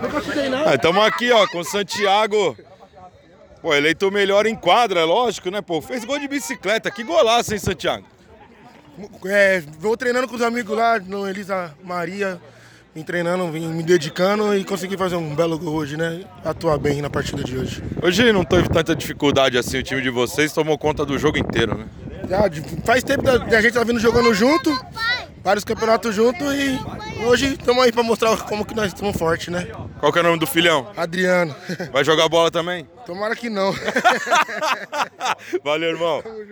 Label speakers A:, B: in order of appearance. A: Nunca chutei nada.
B: Estamos Ah, aqui, ó, com o Santiago. Pô, eleito o melhor em quadra, é lógico, né, pô? Fez gol de bicicleta, que golaço, hein, Santiago?
A: É, vou treinando com os amigos lá, no Elisa Maria, me treinando, vim me dedicando e consegui fazer um belo gol hoje, né? Atuar bem na partida de hoje.
B: Hoje não teve tanta dificuldade assim, o time de vocês tomou conta do jogo inteiro, né?
A: Já de- faz tempo da- que a gente tá vindo jogando junto, vários campeonatos junto e hoje estamos aí pra mostrar como que nós estamos fortes, né?
B: Qual que é o nome do filhão?
A: Adriano,
B: Vai jogar bola também?
A: tomara que não.
B: Valeu, irmão.